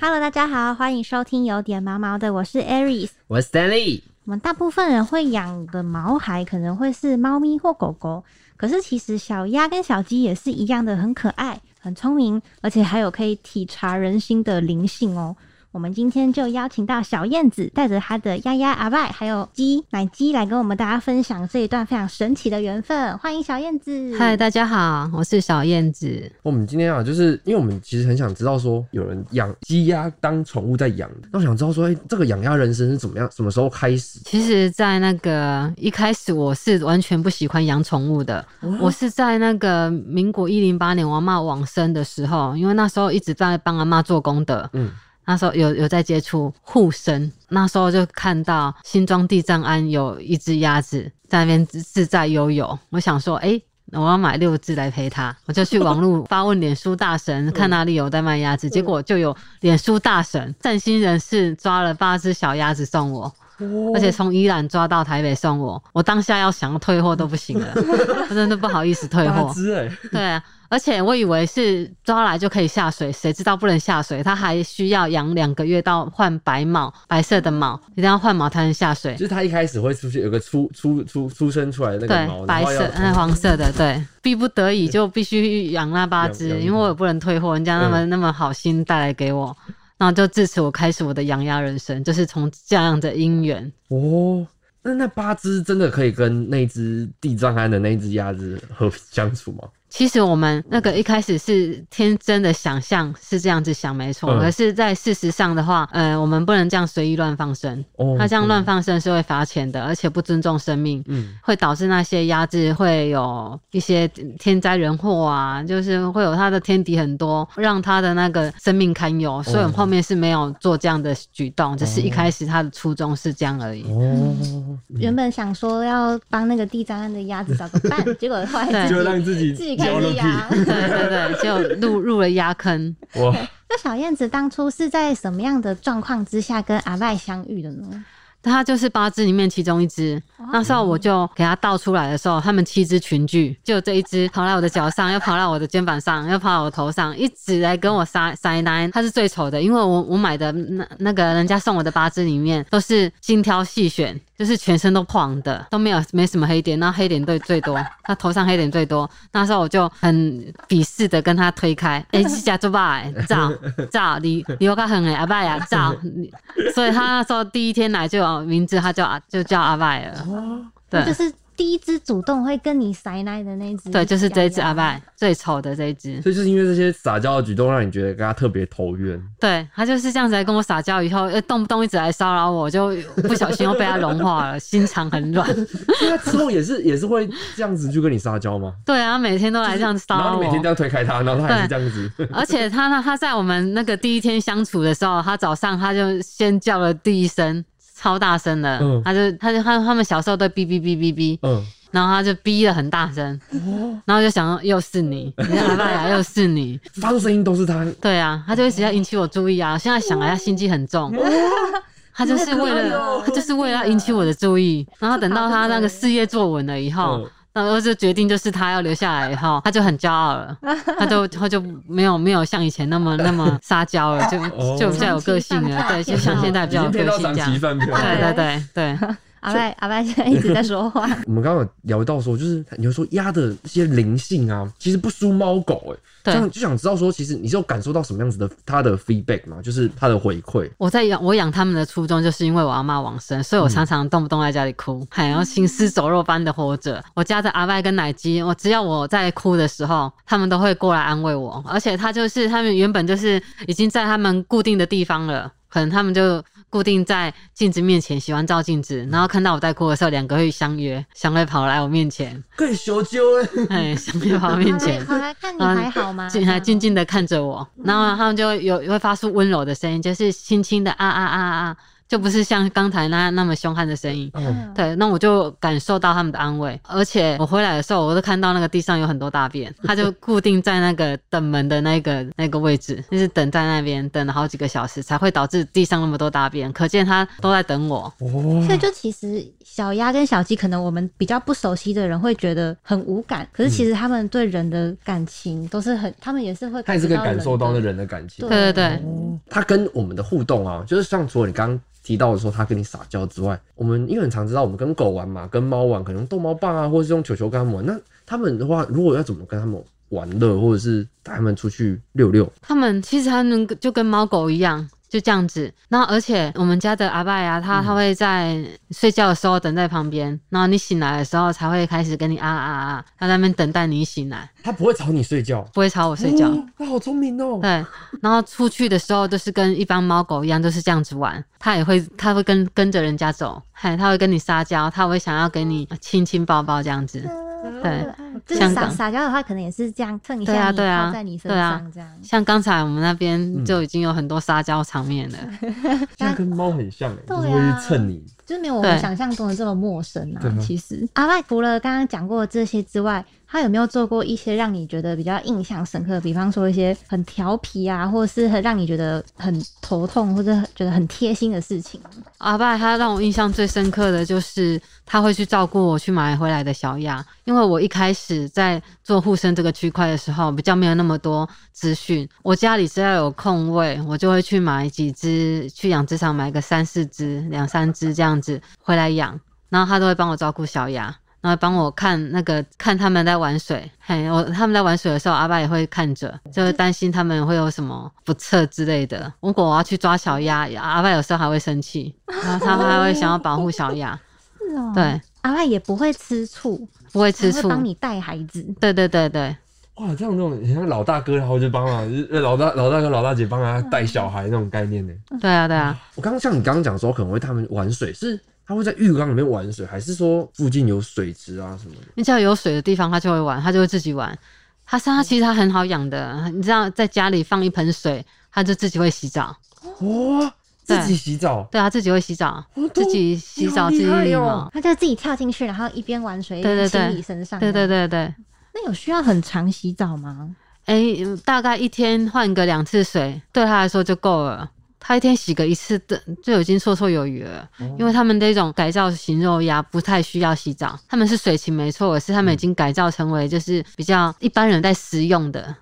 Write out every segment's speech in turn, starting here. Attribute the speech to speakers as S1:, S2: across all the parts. S1: Hello，大家好，欢迎收听有点毛毛的，我是 Aries。
S2: 我是 Stanley，
S1: 我们大部分人会养的毛孩可能会是猫咪或狗狗，可是其实小鸭跟小鸡也是一样的，很可爱、很聪明，而且还有可以体察人心的灵性哦。我们今天就邀请到小燕子，带着她的丫丫阿拜，还有鸡奶鸡来跟我们大家分享这一段非常神奇的缘分。欢迎小燕子！
S3: 嗨，大家好，我是小燕子。
S2: 我们今天啊，就是因为我们其实很想知道说，有人养鸡鸭当宠物在养的，那我想知道说，哎、这个养鸭人生是怎么样，什么时候开始？
S3: 其实，在那个一开始，我是完全不喜欢养宠物的。我是在那个民国一零八年我阿妈往生的时候，因为那时候一直在帮阿妈做功德，
S2: 嗯，
S3: 那时候有有在接触护生，那时候就看到新庄地藏庵有一只鸭子在那边自自在悠游，我想说，哎、我要买六只来陪它，我就去网络发问脸书大神，看哪里有在卖鸭子，结果就有脸书大神善心人士抓了八只小鸭子送我，而且从宜兰抓到台北送我，我当下要想退货都不行了，我真的不好意思退 货。
S2: 只哎，
S3: 对啊，而且我以为是抓来就可以下水，谁知道不能下水，它还需要养两个月到换白毛，白色的毛，一定要换毛才能下水
S2: 就。是它一开始会出现有个出出出出生出来的那个毛，
S3: 对，白色、嗯、黄色的，对，逼不得已就必须养那八只，
S2: 养嗯养
S3: 因为我也不能退货，人家那么、那么好心带来给我，然后就自此我开始我的养鸭人生，就是从这样的姻缘。
S2: 哦。那那八只真的可以跟那只地藏庵的那只鸭子和平相处吗？
S3: 其实我们那个一开始是天真的想象是这样子想没错，
S2: 嗯
S3: 可是，在事实上的话，呃，我们不能这样随意乱放生，
S2: 哦
S3: 它这样乱放生是会罚钱的，而且不尊重生命，
S2: 嗯，
S3: 会导致那些鸭子会有一些天灾人祸啊，就是会有它的天敌很多，让它的那个生命堪忧，所以我们后面是没有做这样的举动，只是一开始它的初衷是这样而已。
S2: 哦，
S1: 原本想说要帮那个地藏庵的鸭子找个伴，结果后来
S3: 对
S1: 自己自
S2: 自己
S1: 己开始养。
S3: 对对对，就入入了鸭坑。
S2: 哇，
S1: 那小燕子当初是在什么样的状况之下跟阿赖相遇的呢？
S3: 它就是八只里面其中一只。那时候我就给它倒出来的时候，它们七只群聚，就这一只跑到我的脚上，又跑到我的肩膀上，又跑到我头上，一直来跟我撒撒奶。它是最丑的，因为我我买的那那个人家送我的八只里面都是精挑细选，就是全身都黄的，都没有没什么黑点，那黑点最最多，它头上黑点最多。那时候我就很鄙视的跟它推开，哎、这家做吧，照照你你我较狠诶，阿伯呀，照你所以他那时候第一天来就有名字，他叫阿就叫阿拜了。对
S1: 就是第一只主动会跟你塞奶的那只，
S3: 对，就是这一只阿。拜最丑的这一只。
S2: 所以就是因为这些撒娇的举动，让你觉得跟他特别投缘。
S3: 对他就是这样子来跟我撒娇，以后呃动不动一直来骚扰我，就不小心又被他融化了，心肠很软。
S2: 所以他之后也是也是会这样子去跟你撒娇吗？
S3: 对啊，每天都来这样骚
S2: 然
S3: 扰
S2: 后你每天
S3: 我。
S2: 这样推开它，然后它还是这
S3: 对
S2: 样子。
S3: 而且他呢，他在我们那个第一天相处的时候，他早上他就先叫了第一声，超大声的。
S2: 嗯
S3: 他就他就他他们小时候都哔哔哔哔哔，
S2: 嗯，
S3: 然后他就逼得很大声，然后就想说又是你，你的阿爸呀，又是你，
S2: 发出声音都是它。
S3: 对啊，他就一直要引起我注意啊。现在想来，他心机很重，他就是为了他就是为了要引起我的注意。然后等到他那个事业做稳了以后
S2: 嗯，
S3: 然后就决定就是他要留下来以后，他就很骄傲了，他就他就没有没有像以前那么那么撒娇了，就
S2: 哦
S3: 就比较有个性了，对，就像现在比
S2: 已
S3: 较
S2: 经
S3: 有个
S2: 配到
S3: 性
S2: 长
S3: 这
S2: 期
S3: 样。
S2: 饭票。
S3: 对对对对，
S1: 阿赖阿赖现在一直在说 话，
S2: 我们刚刚有聊到说，就是你就说鸭的一些灵性啊，其实不输猫狗哎、
S3: 对
S2: 这样就想知道说，其实你是有感受到什么样子的它的 feedback 嘛，就是它的回馈。
S3: 我在养我养它们的初衷，就是因为我阿妈往生，
S2: 嗯
S3: 所以我常常动不动在家里哭，还要行尸走肉般的活着。我家的阿外跟奶鸡，我只要我在哭的时候，他们都会过来安慰我。而且它就是他们原本就是已经在他们固定的地方了，可能他们就固定在镜子面前，喜欢照镜子，然后看到我在哭的时候，两个会相约，相会跑来我面前，
S2: 可以修究哎，
S3: 哎，相约跑我面前。
S1: 好来看你还好吗？
S3: 静还静静的看着我，然后他们就有会发出温柔的声音，就是轻轻的啊啊啊啊啊，就不是像刚才那那么凶悍的声音。
S1: 嗯
S2: 哦，
S3: 对，那我就感受到他们的安慰，而且我回来的时候，我都看到那个地上有很多大便，它就固定在那个等门的那个那个位置，就是等在那边等了好几个小时，才会导致地上那么多大便，可见它都在等我。
S1: 所以
S2: 哦，
S1: 就其实小鸭跟小鸡，可能我们比较不熟悉的人会觉得很无感，可是
S3: 嗯
S1: 其实他们对人的感情都是很，他们也是会
S2: 他也是可以
S1: 到
S2: 感受到那
S1: 人
S2: 人的感情
S1: 对。
S3: 对对对，
S2: 他跟我们的互动啊，就是像除了你刚刚提到的说他跟你撒娇之外，我们因为很常知道我们跟狗玩嘛，跟猫玩，可能用逗猫棒啊，或者是用球球跟他们玩。那他们的话，如果要怎么跟他们玩乐，或者是带他们出去溜溜，
S3: 他们其实他们就跟猫狗一样，就这样子。然后而且我们家的阿拜啊，他他会在睡觉的时候等在旁边，然后你醒来的时候才会开始跟你啊啊啊，他在那边等待你醒来，
S2: 他不会吵你睡觉，
S3: 不会吵我睡觉。
S2: 哦他好聪明 哦。
S3: 对，然后出去的时候就是跟一般猫狗一样，都是这样子玩。它也会，它会跟跟着人家走，嗨，它会跟你撒娇，它会想要给你亲亲抱抱这样子。对，
S1: 就是
S3: 香
S1: 撒
S3: 港
S1: 撒娇的话，可能也是这样蹭一下
S3: 对啊
S1: 你
S3: 对啊
S1: 靠在你身
S3: 对啊
S1: 上这样。
S3: 像刚才我们那边就已经有很多撒娇场面了，
S2: 这样跟猫很像、欸，
S1: 对啊
S2: 就是会去蹭你。
S1: 就是没有我们
S3: 对
S1: 想象中的这么陌生
S2: 对
S1: 啊
S2: 啊。
S1: 其实，阿麦除了刚刚讲过的这些之外，他有没有做过一些让你觉得比较印象深刻的？比方说一些很调皮啊，或者是很让你觉得很头痛，或者觉得很贴心的事情？
S3: 阿爸他让我印象最深刻的就是他会去照顾我去买回来的小鸭，因为我一开始在做护生这个区块的时候，比较没有那么多资讯。我家里只要有空位，我就会去买几只，去养殖场买个三四只、两三只这样子回来养，然后他都会帮我照顾小鸭。然后帮我看那个看他们在玩水，嘿，我他们在玩水的时候，阿爸也会看着，就会担心他们会有什么不测之类的。如果我要去抓小鸭，阿爸有时候还会生气，然后他还会想要保护小鸭，
S1: 是哦，
S3: 对，
S1: 阿麦也不会吃醋，
S3: 不会
S1: 还
S3: 吃醋
S1: 会，帮你带孩子。
S3: 对对对对
S2: 哇，这样那种很像老大哥，然后就帮忙，就是老大老大哥老大姐帮他带小孩那种概念呢、
S3: 对啊对啊，
S2: 我刚刚像你刚刚讲说，可能会他们玩水，是他会在浴缸里面玩水，还是说附近有水池啊什么的？
S3: 你只要有水的地方，它就会玩，它就会自己玩。它
S2: 嗯
S3: 是它其实它很好养的，你知道在家里放一盆水，它就自己会洗澡，
S2: 哇、自
S3: 对
S2: 己洗澡，
S3: 对啊，自己会洗澡，
S2: 哦
S3: 自己洗澡自己
S2: 你好厉害
S3: 洗毛，
S2: 哦
S1: 他就自己跳进去，然后一边玩水一
S3: 对
S1: 边
S3: 对
S1: 清
S3: 对
S1: 理身上。
S3: 对对
S1: 对，
S3: 对对。
S1: 那有需要很常洗澡吗？
S3: 哎、大概一天换个两次水，对他来说就够了。他一天洗个一次的就已经绰绰有余了，因为他们这种改造型肉鸭不太需要洗澡，他们是水禽没错，可是他们已经改造成为就是比较一般人在食用的。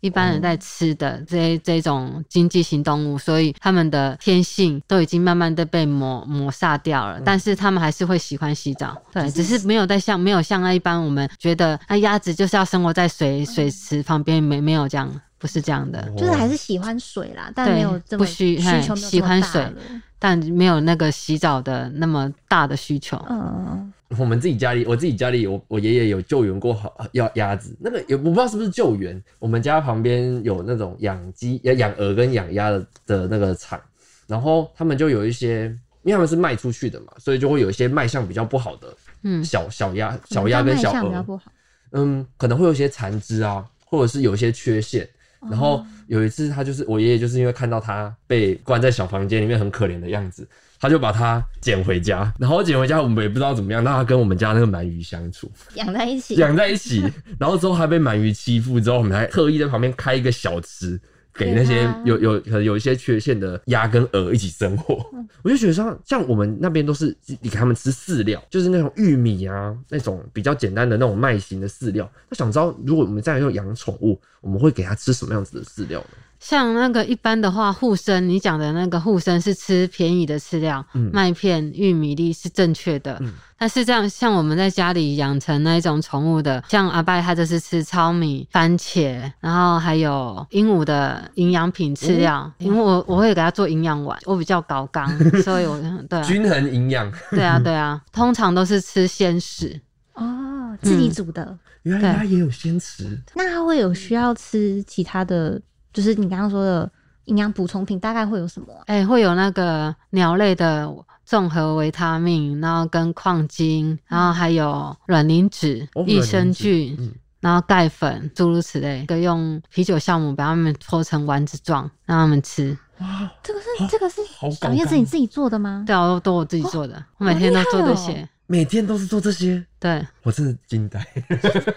S3: 一般人在吃的这这种经济型动物，所以他们的天性都已经慢慢的被磨磨杀掉了，但是他们还是会喜欢洗澡，对，只是没有在像没有像那一般我们觉得那鸭子就是要生活在水水池旁边，没没有这样，不是这样的，
S1: 就是还
S2: 是
S1: 是喜欢水啦，但
S3: 对
S1: 没有这么
S3: 不需
S1: 需
S3: 嘿
S1: 求没有这么
S3: 喜欢
S1: 大
S3: 水
S1: 了。
S3: 但没有那个洗澡的那么大的需求。
S1: 嗯，
S2: 我们自己家里，我自己家里，我我爷爷有救援过好要鸭子，那个也我不知道是不是救援。我们家旁边有那种养鸡、呃养鹅跟养鸭的的那个场，然后他们就有一些，因为他们是卖出去的嘛，所以就会有一些卖相比较不好的
S3: 嗯，
S2: 小小鸭、
S1: 我
S2: 小
S1: 们
S2: 鸭
S1: 家
S2: 跟
S1: 卖
S2: 小
S1: 相
S2: 鹅
S1: 比较不好，
S2: 嗯，可能会有一些残肢啊，或者是有一些缺陷。然后有一次，他就是我爷爷，就是因为看到他被关在小房间里面很可怜的样子，他就把它捡回家。然后捡回家，我们也不知道怎么样，让他跟我们家那个鳗鱼相处，
S1: 养在一起。
S2: 养在一起。然后之后他被鳗鱼欺负之后，我们还特意在旁边开一个小池，给那
S1: 给
S2: 些
S1: 它
S2: 有有可能有一些缺陷的鸭跟鹅一起生活。
S1: 嗯
S2: 我就觉得像像我们那边都是你给他们吃饲料，就是那种玉米啊，那种比较简单的那种麦型的饲料。那想知道如果我们再用养宠物，我们会给它吃什么样子的饲料呢？
S3: 像那个一般的话，护生你讲的那个护生是吃便宜的饲料，
S2: 嗯
S3: 麦片、玉米粒是正确的。
S2: 嗯
S3: 但是这样，像我们在家里养成那一种宠物的，像阿拜他就是吃糙米、番茄，然后还有鹦鹉的营养品饲料，
S2: 嗯
S3: 因为我我会给它做营养碗，我比较高 纲，所以我对
S1: 嗯
S3: 啊
S2: 均衡营养，
S3: 对啊对啊，通常都是吃鲜食。
S1: 哦，自己煮的。
S2: 原来鸭也有鲜食。
S1: 那它会有需要吃其他的，就是你刚刚说的营养补充品，大概会有什么啊、
S3: 哎、会有那个鸟类的综合维他命，然后跟矿精，然后还有卵磷脂
S2: 哦、
S3: 益生
S2: 卵
S3: 菌
S2: 磷脂嗯、
S3: 然后钙粉，诸如此类，可以用啤酒酵母把它们搓成丸子状，让它们吃。
S1: 这个是这个是
S2: 好搞
S1: 小叶子
S2: 纲
S1: 你自己做的吗？
S3: 对啊，都都我自己做的，我每天都做这
S1: 哦
S3: 些。
S2: 每天都是做这些，
S3: 对，
S2: 我真的惊呆。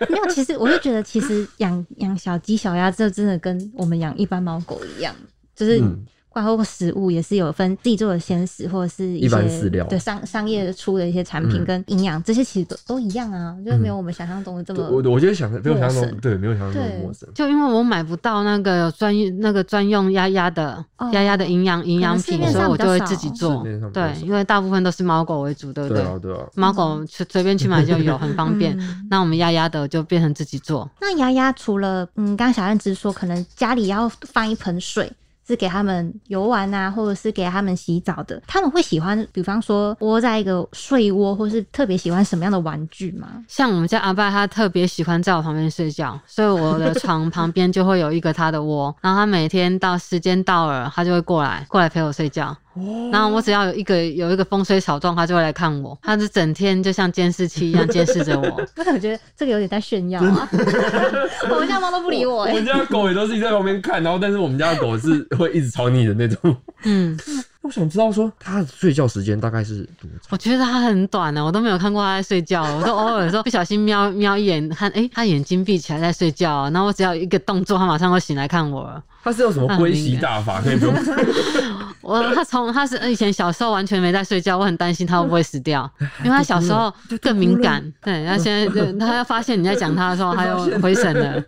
S1: 没有，其实我就觉得，其实养养小鸡、小鸭，这真的跟我们养一般猫狗一样，就是
S2: 嗯
S1: 包括食物也是有分自己做的鲜食，或者是一
S2: 一般
S1: 些
S2: 饲料
S1: 对商商业出的一些产品
S2: 嗯
S1: 跟营养，这些其实都都一样啊，就是没有我们想象中的这么
S2: 我我觉得想没有想象
S1: 陌
S2: 中
S1: 生
S2: 对，没有想象中
S1: 对
S2: 的陌生。
S3: 就因为我买不到那个专用那个专用鸭鸭的
S1: 哦
S3: 鸭鸭的营养营养
S1: 可
S3: 品
S1: 能，市面
S3: 所以
S1: 上
S3: 我
S1: 比较
S3: 就会
S1: 少哦
S3: 自己做
S2: 市面上。比较
S3: 对，
S2: 少
S3: 因为大部分都是猫狗为主，对不
S2: 对
S3: 对？
S2: 啊，对啊，
S3: 猫狗去随便去买就有，很方便。
S1: 嗯
S3: 那我们鸭鸭的就变成自己做，
S1: 那丫丫除了嗯，刚刚小燕子说，可能家里要放一盆水，是给他们游玩啊，或者是给他们洗澡的。他们会喜欢，比方说窝在一个睡窝，或是特别喜欢什么样的玩具吗？
S3: 像我们家阿爸，他特别喜欢在我旁边睡觉，所以我的床旁边就会有一个他的窝。然后他每天到时间到了，他就会过来过来陪我睡觉。然后我只要有一个有一个风吹草动，他就会来看我。他就整天就像监视器一样监视着我。
S1: 我觉得这个有点在炫耀啊！ 我们家猫都不理我哎、
S2: 我们家的狗也都自己在旁边看，然后但是我们家的狗是会一直吵你的那 种。
S3: 嗯，
S2: 我想知道说它的睡觉时间大概是多长？
S3: 我觉得他很短啊呢、我都没有看过他在睡觉。我都偶尔说不小心瞄瞄一眼，看诶，他眼睛闭起来在睡觉、啊然后我只要有一个动作，他马上会醒来看我了。
S2: 它是有什么归习大法可以 不用？
S3: 我他从他是以前小时候完全没在睡觉，我很担心他会不会死掉，因为他小时候更敏感，对，他现在就他要发现你在讲他的时候，他又回神了，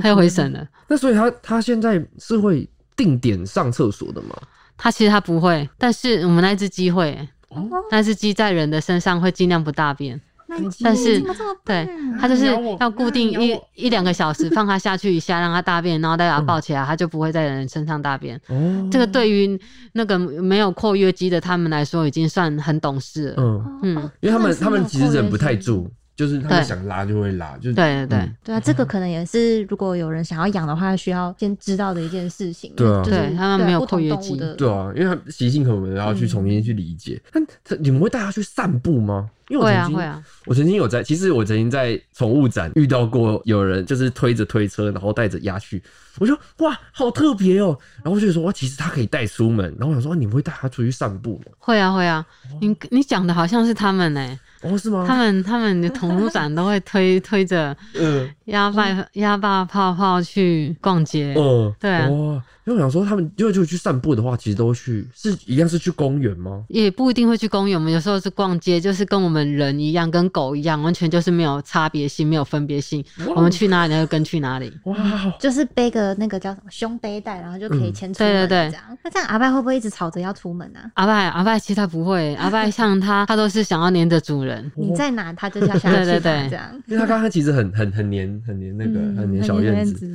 S3: 他又回神了。
S2: 那所以它它现在是会定点上厕所的吗？
S3: 他其实他不会，但是我们那只鸡会
S2: 哦，
S3: 那只鸡在人的身上会尽量不大便，
S1: 那你
S3: 但是
S1: 怎么这么
S3: 对
S1: 笨啊
S3: 它就是
S2: 咬我
S3: 要固定
S2: 咬
S3: 一
S2: 我
S3: 一两个小时放它下去一下，让它大便，然后再把它抱起来，它就不会在人身上大便。
S2: 哦，
S3: 这个对于那个没有括约肌的他们来说，已经算很懂事了。
S2: 嗯，
S1: 哦
S3: 嗯
S1: 哦
S2: 因为他
S1: 真
S2: 们
S1: 的是
S2: 他们
S1: 有
S2: 其实忍
S1: 扣
S2: 不太
S1: 人性
S2: 住，就是他们
S3: 对
S2: 想拉就会拉，就是
S3: 对对对。
S2: 嗯
S1: 对啊，这个可能也是如果有人想要养的话，需要先知道的一件事情。
S2: 对啊
S1: 就是
S3: 对他们没有
S1: 不同
S3: 括约
S1: 动物
S3: 肌
S1: 的
S2: 对嗯啊，因为他习性可能要去重新去理解。但他你们会带他去散步吗？因为我
S3: 会啊
S2: 曾经、
S3: 会啊，
S2: 我曾经有在，其实我曾经在宠物展遇到过有人就是推着推车，然后带着鸭去，我就哇好特别哦、然后我就说哇，其实它可以带出门，然后我想说、啊你们会带它出去散步吗？
S3: 会啊会啊，你你讲的好像是他们呢、欸
S2: 哦，是吗？
S3: 他们他们的同路展都会推推着
S2: 嗯
S3: 鸭爸鸭爸泡泡去逛街，
S2: 嗯，
S3: 对啊
S2: 哦，因为我想说他们因为就去散步的话，其实都会去是一样是去公园吗？
S3: 也不一定会去公园，我们有时候是逛街，就是跟我们人一样，跟狗一样，完全就是没有差别性，没有分别性，我们去哪里它就跟去哪里。
S2: 哇，
S1: 就是背个那个叫什么胸背带，然后就可以牵出
S3: 嗯对
S1: 门
S3: 对对
S1: 这样。那这样阿拜会不会一直吵着要出门啊？
S3: 阿拜阿拜其实他不会，阿拜像他他都是想要黏着主人，
S1: 你在哪，他就是要下
S3: 对
S1: 去
S3: 对
S1: 吧
S3: 对
S1: 这样。
S2: 因为它刚刚其实很很很黏很黏那个、
S1: 嗯
S2: 很黏小燕子，
S1: 子，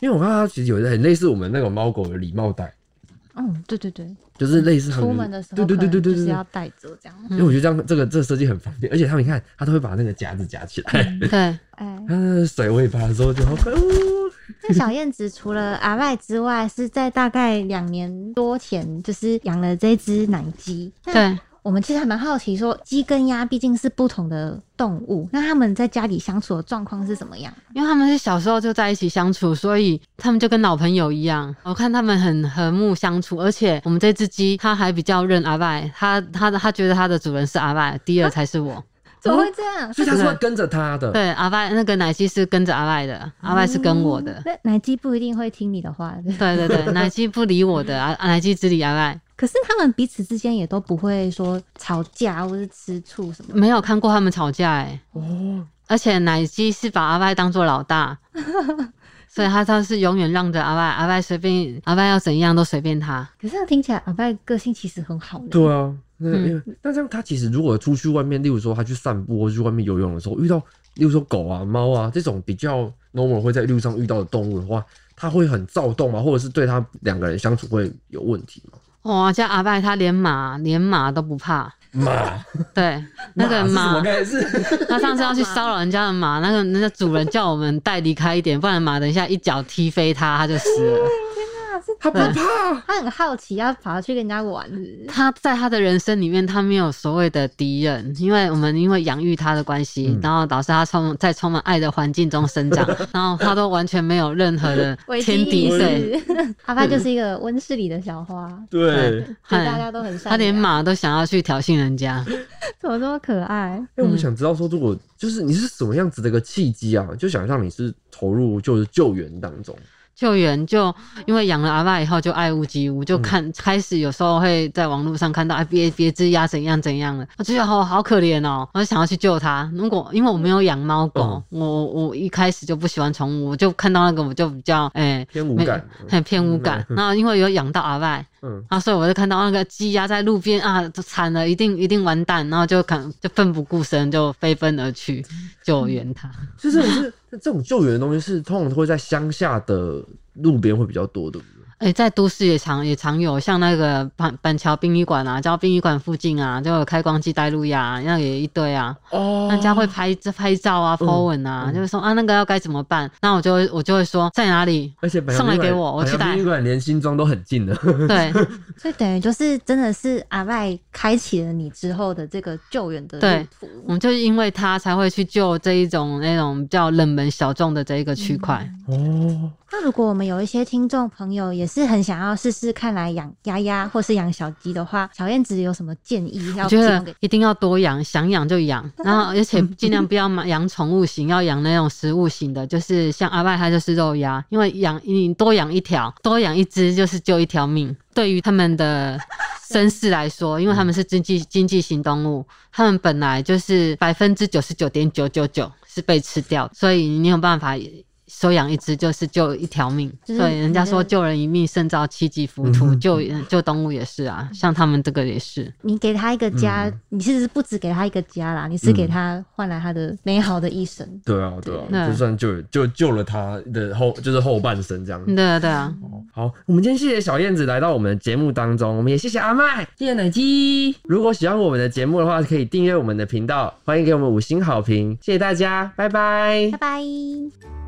S2: 因为我看它其实有很类似我们那种猫狗的礼貌袋，
S1: 嗯，对对对，
S2: 就是类似他们
S1: 出门的时候
S2: 对对对对对
S1: 可能就
S2: 对
S1: 是
S2: 对
S1: 要带着这样。
S2: 因
S3: 嗯
S2: 为我觉得这样这个这个设计很方便，而且他们你看，他都会把那个夹子夹起来，
S3: 对，
S1: 哎，
S2: 他的甩尾巴的时候就好可爱哦。
S1: 那小燕子除了阿拜之外，是在大概两年多前就是养了这只奶鸡。那
S3: 对，
S1: 我们其实还蛮好奇说鸡跟鸭毕竟是不同的动物，那它们在家里相处的状况是什么样？
S3: 因为他们是小时候就在一起相处，所以他们就跟老朋友一样。我看他们很和睦相处，而且我们这只鸡它还比较认阿拜，它它它觉得它的主人是阿拜，第二才是我。
S1: 怎么会这样？
S2: 所以他是会跟着他的，
S3: 对，阿拜那个奶鸡是跟着阿拜的，阿拜是跟我 的。
S1: 那奶鸡不一定会听你的话，对
S3: 对对对，奶鸡不理我的，阿阿奶鸡只理阿拜。
S1: 可是他们彼此之间也都不会说吵架或是吃醋什么的。
S3: 没有看过他们吵架哎、
S2: 哦，
S3: 而且奶鸡是把阿拜当做老大，所以他他是永远让着阿拜，阿拜随便阿拜要怎样都随便他。
S1: 可是这样听起来阿拜个性其实很好呢。
S2: 对啊，那
S3: 嗯
S2: 因为那这样他其实如果出去外面，例如说他去散步或去外面游泳的时候，遇到例如说狗啊、猫啊这种比较 normal 会在路上遇到的动物的话，他会很躁动吗？或者是对他两个人相处会有问题吗？
S3: 哇，家哦阿拜他连马连马都不 怕，
S2: 马
S3: 对，那个
S2: 我
S3: 马，
S2: 概是
S3: 他上次 要去骚扰人家的马，那 个人家主人叫我们带离开一点，不然马等一下一脚踢飞他，他就死了。
S1: 是
S2: 它不
S1: 他
S2: 怕，
S1: 他很好奇，要跑去跟人家玩是不是
S3: 他在他的人生里面，他没有所谓的敌人，因为我们因为养育他的关系，
S2: 嗯
S3: 然后导致他充在充满爱的环境中生 长，然后他都完全没有任何的
S1: 危机
S3: 天敌
S1: 意
S3: 对，
S1: 识。阿发就是一个温室里的小花，
S2: 对。
S1: 所以
S3: 嗨
S1: 大家都很善良。
S3: 嗯他连马都想要去挑衅人家，
S1: 怎么这么可爱？
S2: 因为我
S3: 嗯
S2: 们想知道说，如果就是你是什么样子的一个契机啊，就想象你是投入就是救援当中，
S3: 救援就因为养了阿爸以后就爱屋及乌，就
S2: 嗯
S3: 看、开始有时候会在网络上看到哎别别只鸭怎样怎样了，我就觉得好好可怜哦，我就想要去救它。如果因为我没有养猫狗，
S2: 嗯
S3: 我我一开始就不喜欢宠物，我就看到那个我就比较哎。
S2: 偏无
S3: 没
S2: 感，
S3: 很偏无 感。然后因为有养到阿外，
S2: 嗯，
S3: 然后所以我就看到那个鸡鸭在路边啊，都惨了，一定一定完蛋，然后就看就奋不顾身，就飞奔而去救援它。
S2: 就是是这种救援的东西是通常会在乡下的路边会比较多，对不对？
S3: 哎、在都市也常也常有，像那个板板桥殡仪馆啊，叫殡仪馆附近啊，就有开光机带路亚、啊，那也一堆啊。
S2: 哦
S3: 人家会拍拍照啊、
S2: 嗯
S3: po 文啊，
S2: 嗯
S3: 就是说啊，那个要该怎么办？那我就会我就会说在哪里？
S2: 而且百
S3: 送来
S2: 洋宾
S3: 给
S2: 馆
S3: 我我
S2: 百
S3: 去
S2: 洋
S3: 带
S2: 宾馆连新庄都很近的，
S3: 对
S1: 所以等于就是真的是阿外开启了你之后的这个救援的路
S3: 对我
S1: 途。
S3: 们就是因为他才会去救这一种那种比较冷门小众的这一个区块。
S2: 哦，
S1: 那如果我们有一些听众朋友也是很想要试试看来养鸭鸭或是养小鸡的话，小燕子有什么建议要
S3: 我
S1: 提
S3: 觉
S1: 供
S3: 得
S1: 给？
S3: 一定要多养，想养就养， 然后而且尽量不要买养宠物型，要养那种食物型的，就是像阿外它就是肉鸭，因为养你多养一条，多养一只就是救一条命。对于他 们的身世来说，因为他们是经济经济型动物，他们本来就是百分之九十九点九九九是被吃掉的，所以你有办法收养一只就是救一条命。
S1: 就是
S3: 所以人家
S1: 你
S3: 说
S1: 的
S3: 救人一命胜造七级浮屠，
S2: 嗯
S3: 救救动物也是啊，像他们这个也是。
S1: 你给他一个家，
S3: 嗯
S1: 你其实不止给他一个家啦，你是给他换来他的美好的一生。
S2: 对啊，对啊，
S3: 那
S2: 就算救就救了他的后就是后半生这样子。
S3: 对啊，对啊，
S2: 好，我们今天谢谢小燕子来到我们的节目当中，我们也谢谢阿麦，谢谢奶鸡。如果喜欢我们的节目的话，可以订阅我们的频道，欢迎给我们五星好评，谢谢大家，拜拜
S1: 拜拜。